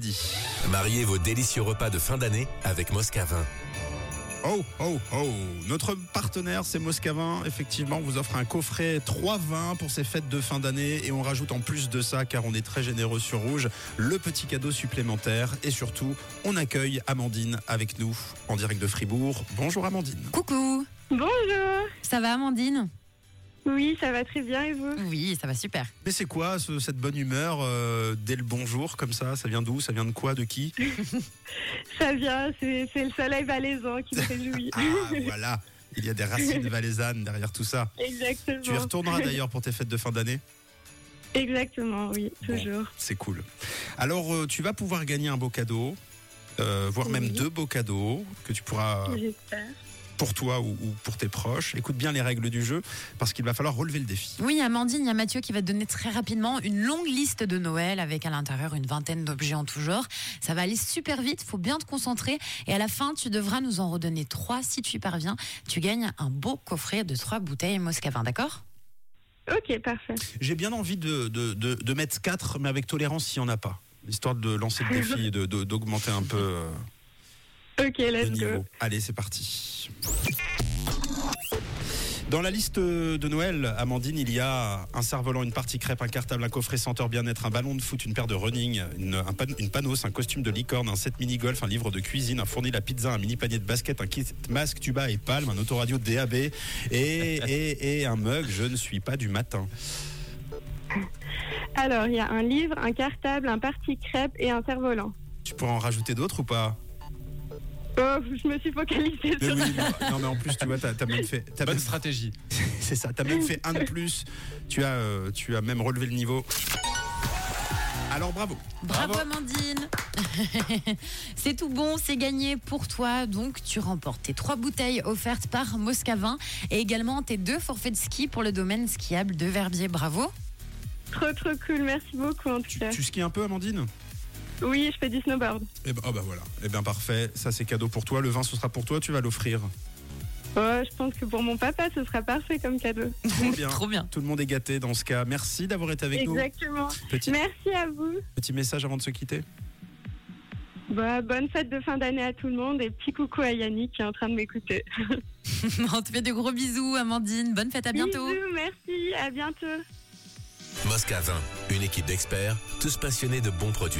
Dit. Mariez vos délicieux repas de fin d'année avec Moscavin. Oh, oh, oh. Notre partenaire, c'est Moscavin. Effectivement, on vous offre un coffret 3 vins pour ces fêtes de fin d'année. Et on rajoute en plus de ça, car on est très généreux sur Rouge, le petit cadeau supplémentaire. Et surtout, on accueille Amandine avec nous en direct de Fribourg. Bonjour Amandine. Coucou Bonjour. Ça va Amandine Oui, ça va très bien et vous Oui, ça va super. Mais c'est quoi ce- cette bonne humeur euh, dès le bonjour comme ça Ça vient d'où Ça vient de quoi De qui Ça vient, c'est c'est le soleil valaisan qui me réjouit. Ah, voilà. Il y a des racines valaisannes derrière tout ça. Exactement. Tu y retourneras d'ailleurs pour tes fêtes de fin d'année Exactement, oui, Bon. toujours. C'est cool. Alors, euh, tu vas pouvoir gagner un beau cadeau, euh, voire Oui. même deux beaux cadeaux que tu pourras euh, J'espère. pour toi ou, ou pour tes proches. Écoute bien les règles du jeu parce qu'il va falloir relever le défi. Oui, Amandine, il y a Mathieu qui va te donner très rapidement une longue liste de Noël avec à l'intérieur une vingtaine d'objets en tout genre. Ça va aller super vite, faut bien te concentrer. Et à la fin, tu devras nous en redonner trois si tu y parviens. Tu gagnes un beau coffret de trois bouteilles Moscavin, d'accord Ok, parfait. J'ai bien envie de, de- de- de mettre 4, mais avec tolérance s'il n'y en a pas. Histoire de lancer le défi et de- de- d'augmenter un peu euh, Ok, le let's niveau. go. Allez, c'est parti. Dans la liste de Noël, Amandine, il y a un cerf-volant, une partie crêpe, un cartable, un coffret senteur bien-être, un ballon de foot, une paire de running, une, un pan- une panos, un costume de licorne, un set mini-golf, un livre de cuisine, un fournil à pizza, un mini panier de basket, un kit masque, tuba et palme, un autoradio DAB et, et, et un mug Je ne suis pas du matin. Alors, il y a un livre, un cartable, un parti crêpe et un cerf-volant. Tu pourrais en rajouter d'autres ou pas Oh, je me suis focalisée Mais sur Eh oui, mais- Non mais en plus tu vois, t'as t'as même fait... t'as Bonne même- stratégie. C'est ça, t'as même fait un de plus. Tu as, euh, tu as même relevé le niveau. Alors bravo. Bravo, Amandine C'est tout bon, c'est gagné pour toi. Donc tu remportes tes trois bouteilles offertes par Moscavin et également tes deux forfaits de ski pour le domaine skiable de Verbier. Bravo trop trop cool. Merci beaucoup en tout Tu, cas. tu skies un peu, Amandine Oui, je fais du snowboard. Eh ben, oh bah voilà. Eh ben parfait. Ça c'est cadeau pour toi. Le vin ce sera pour toi. Tu vas l'offrir. Oh, je pense que pour mon papa, ce sera parfait comme cadeau. Trop bien. Trop bien Tout le monde est gâté dans ce cas. Merci d'avoir été avec Exactement. nous. Petit, Merci à vous. petit message avant de se quitter. Bah, bonne fête de fin d'année à tout le monde et petit coucou à Yannick qui est en train de m'écouter. On te fait de gros bisous, Amandine. Bonne fête, à bientôt. Bisous, merci, à bientôt. Moscavin, une équipe d'experts, tous passionnés de bons produits.